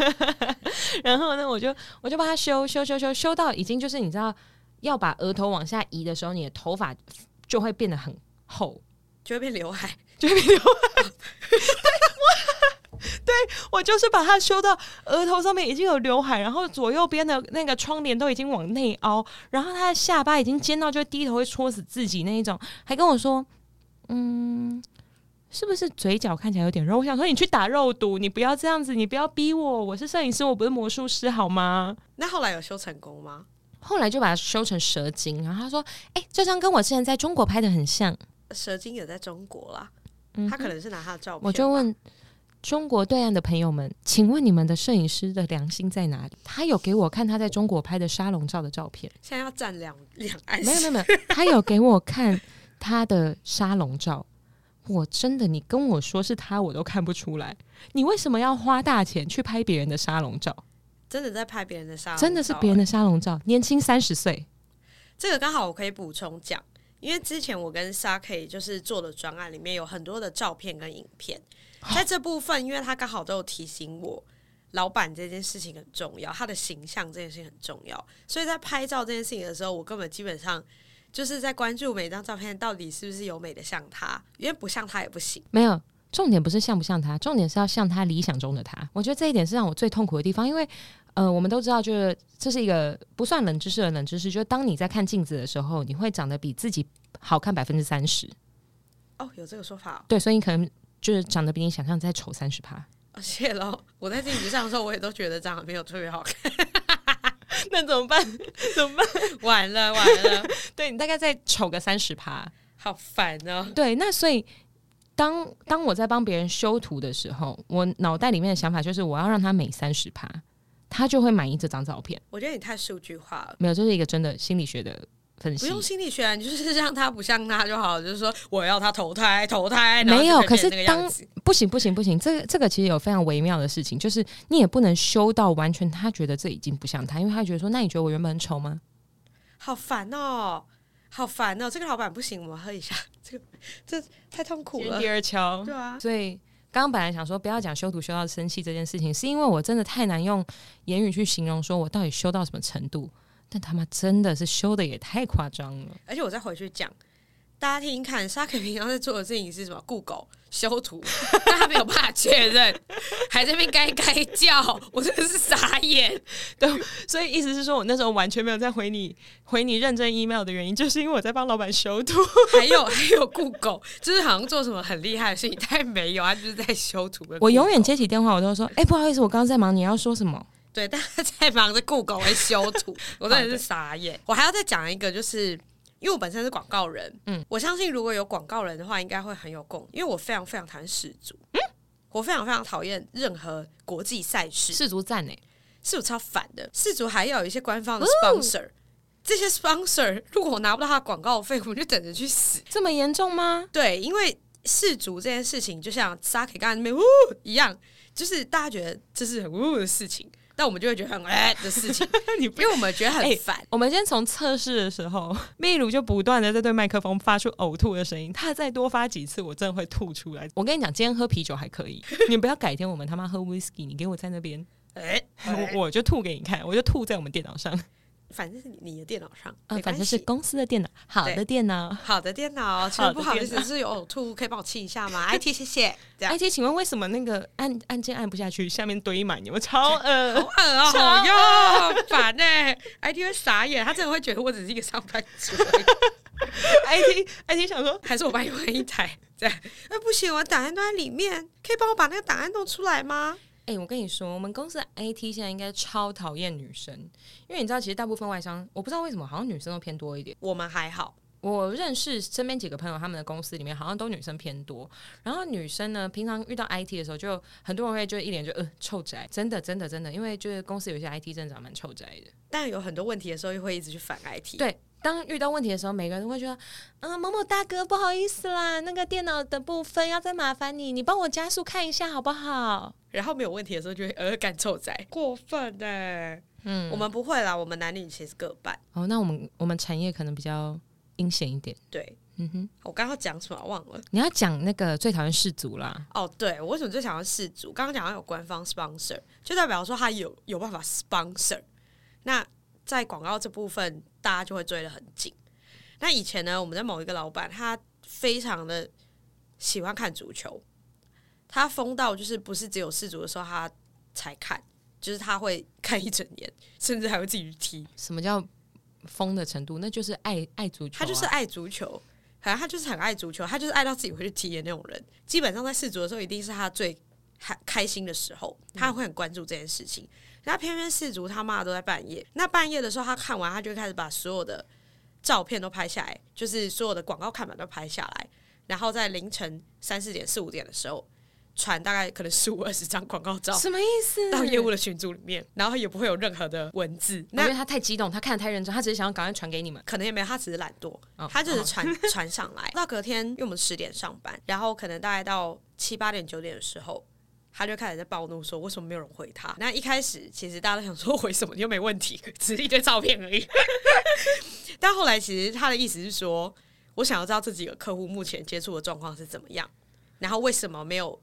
然后呢，我就嗯我就帮他修修修修修到已经就是你知道要把额头往下移的时候，你的头发就会变得很厚。
就会变刘海，
我就是把它修到额头上面已经有刘海，然后左右边的那个窗帘都已经往内凹，然后他的下巴已经尖到就低头会戳死自己那一种，还跟我说，嗯。是不是嘴角看起来有点肉？我想说嗯你去打肉毒，你不要这样子，你不要逼我，我是摄影师，我不是魔术师，好吗？
那后来有修成功吗？
后来就把它修成蛇精，然后他说：“哎、这张跟我之前在中国拍的很像。
蛇精也在中国啦，
嗯哼”
他可能是拿他的照片。
我就，问中国对岸的朋友们，请问你们的摄影师的良心在哪里？他有给我看他在中国拍的沙龙照的照片，
现在要站两两岸，
没有没有没有，他有给我看他的沙龙照。我真的，你跟我说是他，我都看不出来。你为什么要花大钱去拍别人的沙龙照？
真的在拍别人的沙龙照，
真的是别人的沙龙照，年轻三十岁，
这个刚好我可以补充讲，因为之前我跟 Saki 就是做的专案里面有很多的照片跟影片，在这部分，因为他刚好都有提醒我，老板这件事情很重要，他的形象这件事情很重要，所以在拍照这件事情的时候，我根本基本上。就是在关注每张照片到底是不是有美的像他，因为不像他也不行。
没有，重点不是像不像他，重点是要像他理想中的他。我觉得这一点是让我最痛苦的地方，因为呃，我们都知道，就是这是一个不算冷知识的冷知识，就是当你在看镜子的时候，你会长得比自己好看百分之三十。
哦，有这个说法哦，
对，所以你可能就是长得比你想象再丑三十趴。
哦谢 喽。我在镜子上的时候，我也都觉得长得没有特别好看。
那怎么办？怎么办？
完了完了，
对你大概再丑个三十趴。
好烦哦！
对，那所以当当我在帮别人修图的时候，我脑袋里面的想法就是我要让他美三十趴，他就会满意这张照片。
我觉得你太数据化了。
没有，这是一个真的心理学的分
不
析。
用心理学啊，你就是让他不像他就好，就是说我要他投胎投胎，然后
没有
就变
可是
那个样子
不行不行不行，这个这个其实有非常微妙的事情，就是你也不能修到完全他觉得这已经不像他，因为他觉得说，那你觉得我原本很丑吗？
好烦哦，好烦哦！这个老板不行，我们喝一下，这个这太痛苦了。
二敲
对啊，
所以刚刚本来想说不要讲修图修到生气这件事情，是因为我真的太难用言语去形容说我到底修到什么程度。但他妈真的是修的也太夸张 了，
而且我再回去讲，大家听听看，沙克平常在做的事情是什么？雇狗、修图， 但他没有办法确认，还在那边该该叫，我真的是傻眼。
所以意思是说我那时候完全没有在回你回你认真 email 的原因，就是因为我在帮老板修图。
还有还有雇狗，就是好像做什么很厉害的事情，但没有，他就是在修图跟雇狗。
我永远接起电话，我都说，哎、不好意思，我刚刚在忙，你要说什么？
对，但他在忙着雇狗跟修图， 我真的是傻眼。我还要再讲一个，就是因为我本身是广告人，嗯，我相信如果有广告人的话，应该会很有共，因为我非常非常讨厌世足，嗯，我非常非常讨厌任何国际赛事，
世足赞哎，
是我超烦的。世足还要有一些官方的 sponsor，、这些 sponsor 如果我拿不到他的广告费，我就等着去死。
这么严重吗？
对，因为世足这件事情，就像 Saki 刚才那边呜一样，就是大家觉得这是很呜的事情，但我们就会觉得很哎、的事 情，因为我们觉得很烦。
我们先从测试的时候， 秘鲁就不断的在对麦克风发出呕吐的声音。他再多发几次，我真的会吐出来。我跟你讲，今天喝啤酒还可 以，你不要改天我们他妈喝 whisky，你给我在那边，
哎、
我我就吐给你看，我就吐在我们电脑上，
反正是你你的电脑上，
啊，
没
反
关
正是
系。
公司的电脑，好的
对
电脑。
好的电脑，哎其
好的
实不好意
电
思，是有呕吐，可以帮我清一下吗？IT 谢谢，这样
而哎且，请问为什么那个按按键按不下去，下面堆满，有没有超
好
恶？
恶哦、
超
好哟，烦呢、IT 会傻眼，他真的会觉得我只是一个上班族而已，
IT IT 想说，
还是我帮你换一台？这 样，哎、不行，我档案都在里面，可以帮我把那个档案弄出来吗？
哎、我跟你说，我们公司的 IT 现在应该超讨厌女生，因为你知道，其实大部分外商，我不知道为什么，好像女生都偏多一点。
我们还好，
我认识身边几个朋友，他们的公司里面好像都女生偏多。然后女生呢，平常遇到 IT 的时候，就很多人会就一脸就呃臭宅，真的真的真的，因为就是公司有一些 IT 真的长得蛮臭宅的。
但有很多问题的时候，又会一直去反 IT。
对，当遇到问题的时候，每个人都会觉得，嗯、某某大哥不好意思啦，那个电脑的部分要再麻烦你，你帮我加速看一下好不好？
然后没有问题的时候，就会呃干臭仔，过分哎、
嗯
我们不会啦，我们男女其实各半。
哦，那我们我们产业可能比较阴险一点。
对
嗯哼，
我刚刚讲什么忘了？
你要讲那个最讨厌氏族啦，
哦，对我为什么最想要世足？刚刚讲到有官方 sponsor，就代表说他有有办法 sponsor。那在广告这部分，大家就会追得很紧。那以前呢，我们的某一个老板，他非常的喜欢看足球，他疯到就是不是只有世足的时候他才看，就是他会 看一整年，甚至还会自己去踢。
什么叫疯的程度？那就是爱爱足球啊、
他就是爱足球，反正他就是很爱足球，他就是爱到自己会去踢的那种人。基本上在世足的时候，一定是他最开开心的时候，他会很关注这件事情。那偏偏世足他妈的都在半夜，那半夜的时候，他看完，他就会开始把所有的照片都拍下来，就是所有的广告看板都拍下来，然后在凌晨三四点、四五点的时候。传大概可能十五二十张广告照
什么意思？
到业务的群组里面，然后也不会有任何的文字。
我
那
觉得他太激动，他看的太认真，他只是想要赶快传给你们。
可能也没有，他只是懒惰，
哦
他就是传 传上来。到隔天，因为我们十点上班，然后可能大概到七八点、九点的时候，他就开始在暴怒说：“为什么没有人回他？”那一开始其实大家都想说：“回什么？你又没问题，只是一堆照片而已。” 但后来其实他的意思是说，我想要知道这几个客户目前接触的状况是怎么样，然后为什么没有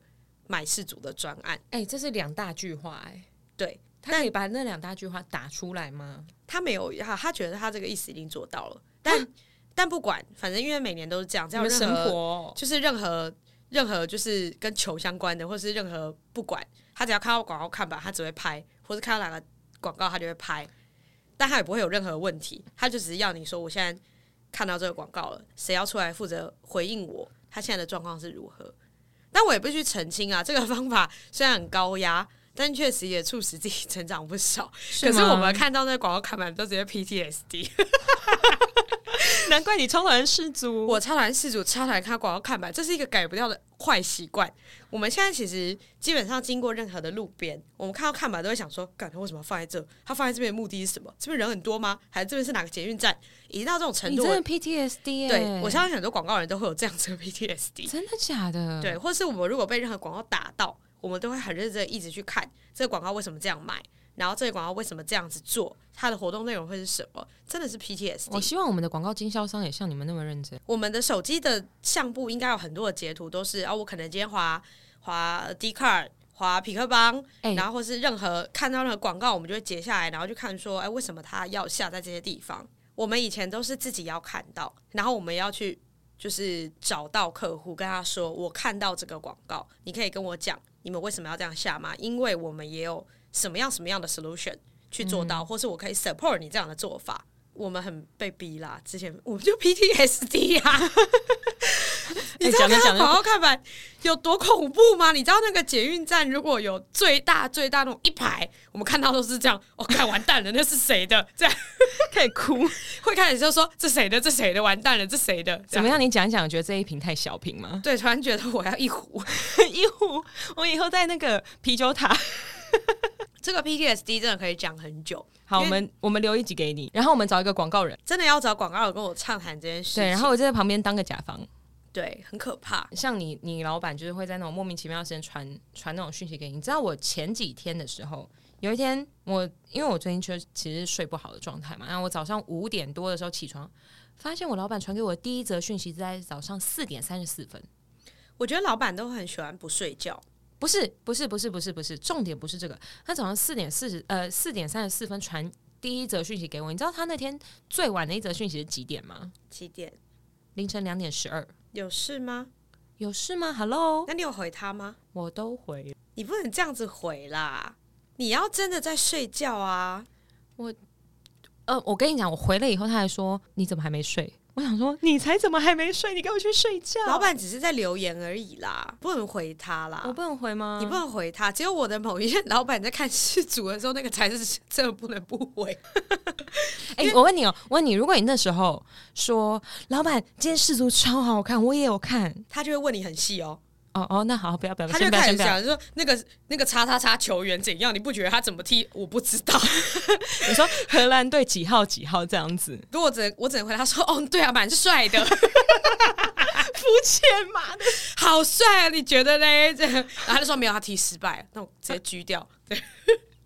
买事主的专案。
哎、这是两大句话哎、
对
他可以把那两大句话打出来吗？
他没有，他他觉得他这个意思已经做到了，但但不管，反正因为每年都是这样，这
你
样
们生
任何
活
就是任何任何就是跟球相关的，或是任何不管，他只要看到广告看板，他只会拍，或是看到哪个广告他就会拍，但他也不会有任何问题，他就只是要你说我现在看到这个广告了，谁要出来负责回应我，他现在的状况是如何？但我也必须澄清啊，这个方法虽然很高压，但确实也促使自己成长不少。
是
可是我
吗
们看到那个广告看板都直接 PTSD。
难怪你超人氏足，
我超讨厌事主超讨厌看广告看板，这是一个改不掉的坏习惯。我们现在其实基本上经过任何的路边，我们看到看板都会想说，干他为什么要放在这？他放在这边的目的是什么？这边人很多吗？还是这边是哪个捷运站？已经到这种程
你
度
真
了
的。PTSD 哎、
对，我相信很多广告人都会有这样子的 PTSD。
真的假的？
对，或是我们如果被任何广告打到，我们都会很认真地一直去看这个广告为什么这样买，然后这个广告为什么这样子做，它的活动内容会是什么？真的是 PTSD。
我希望我们的广告经销商也像你们那么认真。
我们的手机的相簿应该有很多的截图，都是啊，我可能今天滑滑 D card。滑匹克邦，
哎
然后或是任何看到任何广告，我们就会截下来，然后就看说，哎，为什么他要下在这些地方？我们以前都是自己要看到，然后我们要去就是找到客户，跟他说，我看到这个广告，你可以跟我讲，你们为什么要这样下吗？因为我们也有什么样什么样的 solution 去做
嗯
到，或是我可以 support 你这样的做法。我们很被逼啦，之前我们就 PTSD 啊。你知道
哎讲着
看
讲着
到广告看板有多恐怖吗？你知道那个捷运站如果有最大最大那种一排，我们看到都是这样，哦，看完蛋了，那是谁的？这样
可以哭？
会开始就说这谁的，这谁的，完蛋了，这谁的？这
怎么？样？你讲一讲，觉得这一瓶太小瓶吗？
对，突然觉得我要 一壶。
一壶，我以后在那个啤酒塔。
这个 PTSD 真的可以讲很久，
好，
因
我
为
们 我们留一集给你，然后我们找一个广告人，
真的要找广告人跟我畅谈这件事情。
对，然后我就在旁边当个甲方，
对，很可怕。
像你你老板就是会在那种莫名其妙的时间传传那种讯息给你。你知道我前几天的时候，有一天我因为我最近就其实是睡不好的状态嘛，然后我早上五点多的时候起床，发现我老板传给我的第一则讯息是在早上四点三十四分。
我觉得老板都很喜欢不睡觉，
不是不是不是不是不是，重点不是这个。他早上四点四十呃四点三十四分传第一则讯息给我，你知道他那天最晚的一则讯息是几点吗？
几点
凌晨两点十二。
有事吗？
有事吗？Hello，
那你有回他吗？
我都回了。
你不能这样子回啦，你要真的在睡觉啊！
呃，我跟你讲，我回了以后，他还说你怎么还没睡？我想说你才怎么还没睡？你给我去睡觉。
老，板只是在留言而已啦，不能回他
我
啦。
不啊能回吗？
你不能回他，只有我的某一任老板在看事主的时候，那个才是真的不能不回。
哎、我问你哦，我问你，如果你那时候说老板今天世足超好看，我也有看。
他就会问你很细哦，
哦哦，那好，不要不要，
他
先
就
不要
开
先
始
不要。
讲说那个那个叉叉叉球员怎样，你不觉得他怎么踢？我不知 道。
你说荷兰队几号几号这样 子？
如果我只能我只能回答说，哦，对啊，蛮 帅的，
肤浅嘛，
好帅啊，你觉得嘞？这样，然后他就说没有，他踢失败了，那我直接狙掉。对，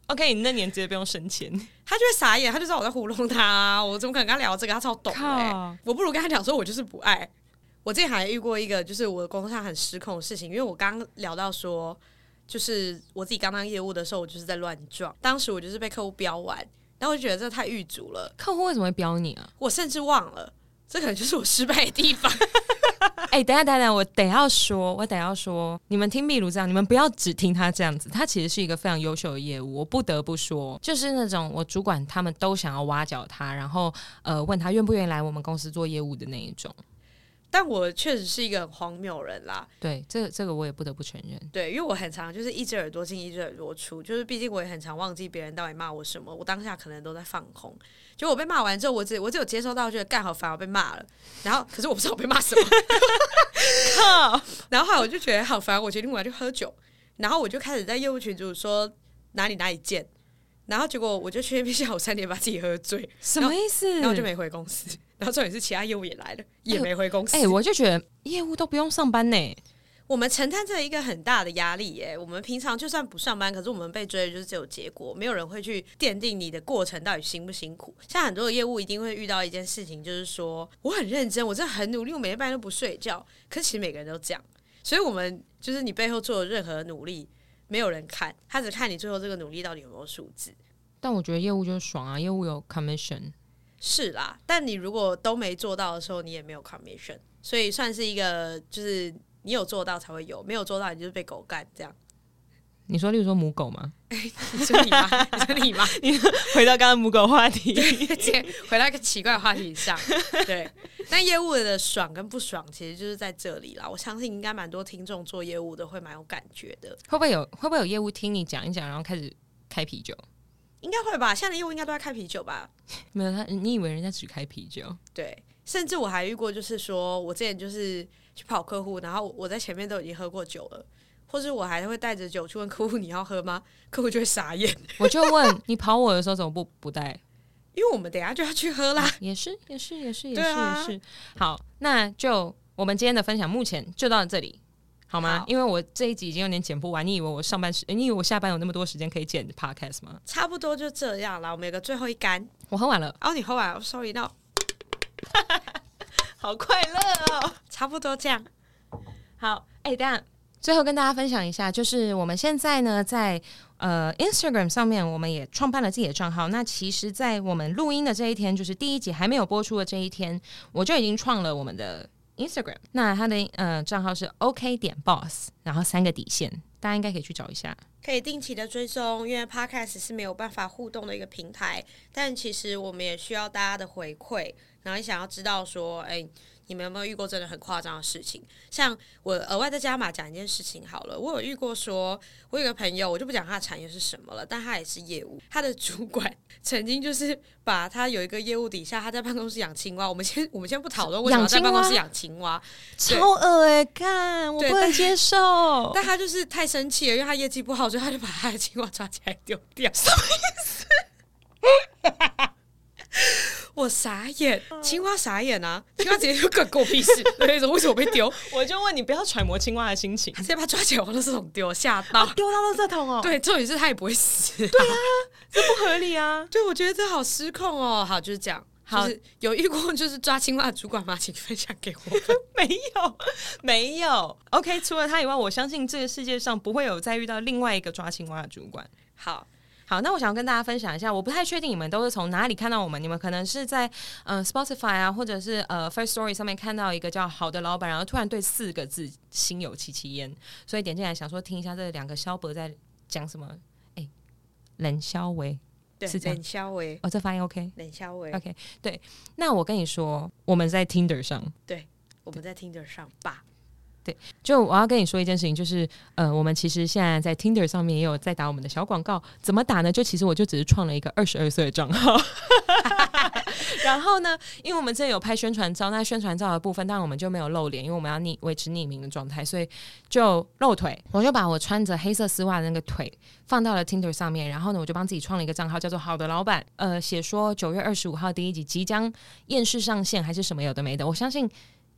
OK，你那年直接不用省钱。
他就会傻眼，他就知道我在糊弄他、啊，我怎么可能跟他聊这个？他超懂的、
靠
欸，我不如跟他讲说，我就是不爱。我之前还遇过一个，就是我的工作上很失控的事情，因为我刚刚聊到说，就是我自己刚当业务的时候，我就是在乱撞，当时我就是被客户标完，然后我就觉得这太狱卒了，
客户为什么会标你啊？
我甚至忘了，这可能就是我失败的地方。
哎、等一下等一下等一下，我得要说，我得要说，你们听秘鲁这样，你们不要只听他这样子，他其实是一个非常优秀的业务，我不得不说，就是那种我主管他们都想要挖角他，然后呃问他愿不愿意来我们公司做业务的那一种。
但我确实是一个很荒谬的人啦，
对，这这个我也不得不承认。
对，因为我很常就是一只耳朵进一只耳朵出，就是毕竟我也很常忘记别人到底骂我什么，我当下可能都在放空。就我被骂完之后，我只我只有接收到觉得干好烦，我被骂了，然后可是我不知道我被骂什么， 然后后来我就觉得好烦，我决定我要去喝酒，然后我就开始在业务群组说哪里哪里见，然后结果我就去那边下午三点把自己喝醉，
什么意思？
然后我就没回公司，
哎
然后重点是其他业务也来了，也没回公司。
哎、我就觉得业务都不用上班呢、
我们承担着一个很大的压力耶。我们平常就算不上班，可是我们被追的就是只有结果，没有人会去奠定你的过程到底辛不辛苦。像很多的业务一定会遇到一件事情，就是说我很认真，我真的很努力，我每天半夜都不睡觉。可其实每个人都这样，所以我们就是你背后做的任何努力，没有人看，他只看你最后这个努力到底有没有数字。
但我觉得业务就是爽啊，业务有 commission，
是啦，但你如果都没做到的时候，你也没有 commission，所以算是一个就是你有做到才会有，没有做到你就是被狗干这样。
你说，例如说母狗吗？
你说你妈，你说你妈，
回到刚刚母狗话题，
直接回到一个奇怪的话题上。对，但业务的爽跟不爽其实就是在这里啦。我相信应该蛮多听众做业务的会蛮有感觉的，
会不会有会不会有业务听你讲一讲，然后开始开啤酒？
应该会吧？现在的业务应该都在开啤酒吧？
没有他，你以为人家只开啤酒？
对，甚至我还遇过，就是说我之前就是去跑客户，然后我在前面都已经喝过酒了，或是我还会带着酒去问客户你要喝吗？客户就会傻眼，
我就问你跑我的时候怎么不不带？
因为我们等一下就要去喝啦。
也是，也是，也是，也是，
对啊
也是。好，那就我们今天的分享目前就到这里，好吗？
好
因为我这一集已经有点剪不完，你以为我上班时，你以为我下班有那么多时间可以剪 podcast 吗？
差不多就这样啦，我们有个最后一杆。
我喝完了，
哦，你喝完了，sorry，那
好快乐哦！
差不多这样。
好，哎、等一下，最后跟大家分享一下，就是我们现在呢，在呃 Instagram 上面，我们也创办了自己的账号。那其实，在我们录音的这一天，就是第一集还没有播出的这一天，我就已经创了我们的 Instagram。那它的呃账号是 OK 点 Boss，然后三个底线，大家应该可以去找一下。
可以定期的追踪，因为 Podcast 是没有办法互动的一个平台，但其实我们也需要大家的回馈，然后也想要知道说，哎、你们有没有遇过真的很夸张的事情？像我额外再加码讲一件事情好了，我有遇过说，我有个朋友，我就不讲他的产业是什么了，但他也是业务，他的主管曾经就是把他有一个业务底下，他在办公室养青蛙，我们先我们先不讨论为什么要在
养青蛙
办公室养青蛙，对
超恶哎、看我
对
不能接受。
但他就是太生气了，因为他业绩不好，所以他就把他的青蛙抓起来丢掉。什么意思？我傻眼，青蛙傻眼啊！青蛙直接就干狗屁事，那种为什么被丢？
我就问你，不要揣摩青蛙的心情
他，直接把它抓起来往垃圾桶丢，吓到。
丢到垃圾桶哦，
对，重点是他也不会死、对啊，
这不合理啊。
对，我觉得这好失控哦。好，就是这样。
好
就是有遇过就是抓青蛙的主管吗？请分享给我。
没有，没有。OK，除了他以外，我相信这个世界上不会有再遇到另外一个抓青蛙的主管。
好，
好，那我想要跟大家分享一下，我不太确定你们都是从哪里看到我们，你们可能是在呃 Spotify 啊，或者是呃 First Story 上面看到一个叫“好的老板”，然后突然对四个字心有戚戚焉，所以点进来想说听一下这两个肖伯在讲什么。哎、冷肖维
对，啊
是这样
冷肖维，
哦，这发音 OK。
冷肖维，
OK，对，那我跟你说，我们在 Tinder 上，
我们在听着上吧。
就我要跟你说一件事情，就是呃，我们其实现在在 Tinder 上面也有在打我们的小广告，怎么打呢？就其实我就只是创了一个二十二岁的账号，然后呢，因为我们这里有拍宣传照，那宣传照的部分，当然我们就没有露脸，因为我们要匿维持匿名的状态，所以就露腿。我就把我穿着黑色丝袜的那个腿放到了 Tinder 上面，然后呢，我就帮自己创了一个账号，叫做“好的老板”，呃，写说九月二十五号第一集即将厌世上线，还是什么有的没的，我相信。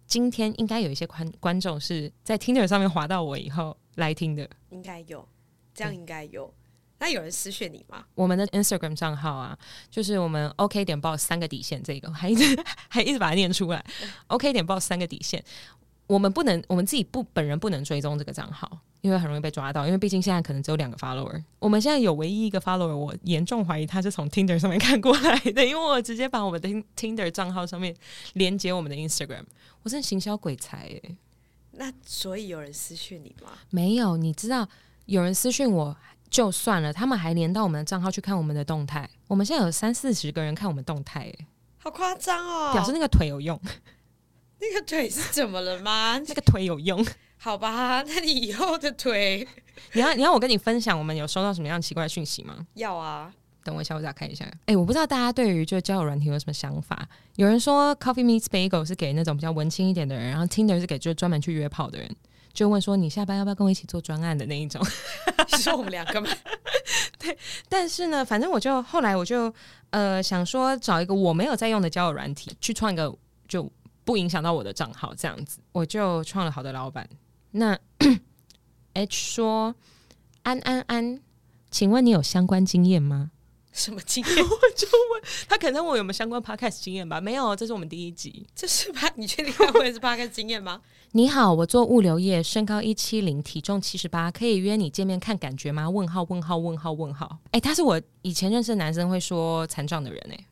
今天应该有一些观观众是在 Tinder 上面滑到我以后来听的。
应该有，这样应该有。那有人私讯你吗？
我们的 Instagram 账号啊，就是我们 OK 点 boss 三个底线，这个还 一直还一直把它念出来。OK 点 boss 三个底线，我们不能，我们自己不本人不能追踪这个账号，因为很容易被抓到。因为毕竟现在可能只有两个 follower，我们现在有唯一一个 follower，我严重怀疑他是从 Tinder 上面看过来的，因为我直接把我们的 Tin- Tinder 账号上面连接我们的 Instagram，我真的行销鬼才耶、
那所以有人私讯你吗？
没有，你知道有人私讯我就算了，他们还连到我们的账号去看我们的动态。我们现在有三四十个人看我们动态，哎
好夸张
表示
哦！
那个腿有用，
那个腿是怎么了吗？
那个腿有用。
好吧，那你以后的腿
你要你要我跟你分享我们有收到什么样奇怪的讯息吗？
要啊，
等我一下，我打开一下。哎、我不知道大家对于就交友软体有什么想法？有人说 Coffee Meets Bagel 是给那种比较文青一点的人，然后 Tinder 是给就专门去约炮的人。就问说你下班要不要跟我一起做专案的那一种？
你说我们两个吗？
但是呢，反正我就后来我就呃想说找一个我没有在用的交友软体去创一个就不影响到我的账号这样子，我就创了好的老板。那 H 说：“安安安，请问你有相关经验吗？”
什么经验？
他可能问我有没有相关 podcast 经验吧？没有，这是我们第一集。
这是吧？你确定他问的是八个经验吗？
你好，我做物流业，身高一七零，体重七十八，可以约你见面看感觉吗？问号问号问号问号。哎、他是我以前认识的男生会说残障的人哎、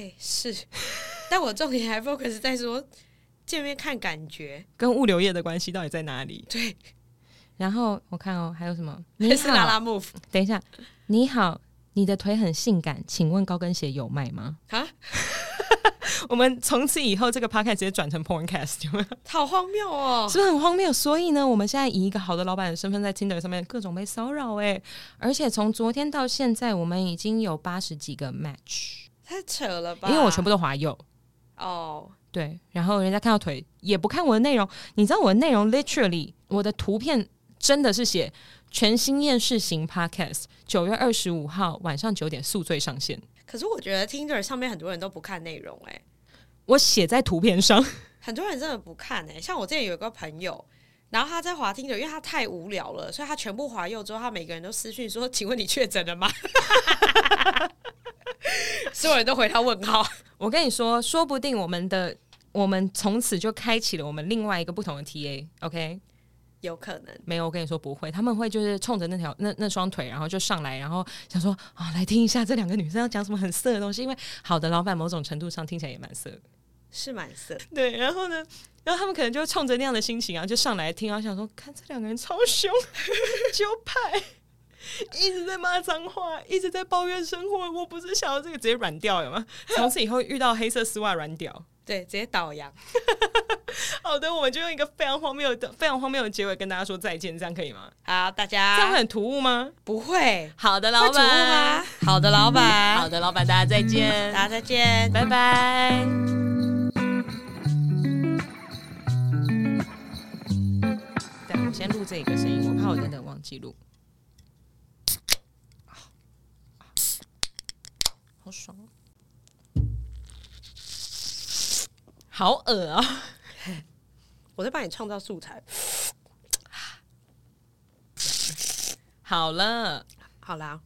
哎、是，但我重点还 focus 在说见面看感觉，
跟物流业的关系到底在哪里？
对，
然后我看哦，还有什么？你
还是拉
好，
拉 move
等一下，你好，你的腿很性感，请问高跟鞋有卖吗？
啊？
我们从此以后这个 podcast 直接转成 podcast，有没有
好荒谬哦！
是不是很荒谬？所以呢，我们现在以一个好的老板的身份，在 Tinder 上面各种被骚扰哎，而且从昨天到现在，我们已经有八十几个 match，
太扯了吧？
因为我全部都滑右。
哦，
对，然后人家看到腿也不看我的内容，你知道我的内容 literally 我的图片真的是写全新厌世型 podcast，九月二十五号晚上九点宿醉上线，
可是我觉得 Tinder 上面很多人都不看内容、哎，
我写在图片上，
很多人真的不看、哎，像我之前有一个朋友。然后他在滑 Tinder，因为他太无聊了，所以他全部滑右之后，他每个人都私讯说：“请问你确诊了吗？” 所有人都回他问号。
我跟你说，说不定我们的我们从此就开启了我们另外一个不同的 TA，OK、
有可能，
没有，我跟你说不会，他们会就是冲着那条那那双腿，然后就上来，然后想说啊、来听一下这两个女生要讲什么很色的东西，因为好的老板某种程度上听起来也蛮色的。
是蛮色的。
对，然后呢，然后他们可能就冲着那样的心情啊，就上来听，然后想说，看这两个人超凶， 纠派，一直在骂脏话，一直在抱怨生活，我不是想要这个，直接软掉了吗？ 从此以后遇到黑色丝袜软屌。
对，直接倒洋。
好的，我们就用一个非常荒谬的、非常荒谬的结尾跟大家说再见，这样可以吗？
好，大
这样会
家
很突兀吗？
不会
好的，
会
老
主卧吗
板。？
好的，老板，
好的，老板，大家再见，
大家再见。
拜拜。对，我先录这个声音，我怕我等等忘记录。好爽哦，好恶啊、
我在帮你创造素材。
好了。
好啦，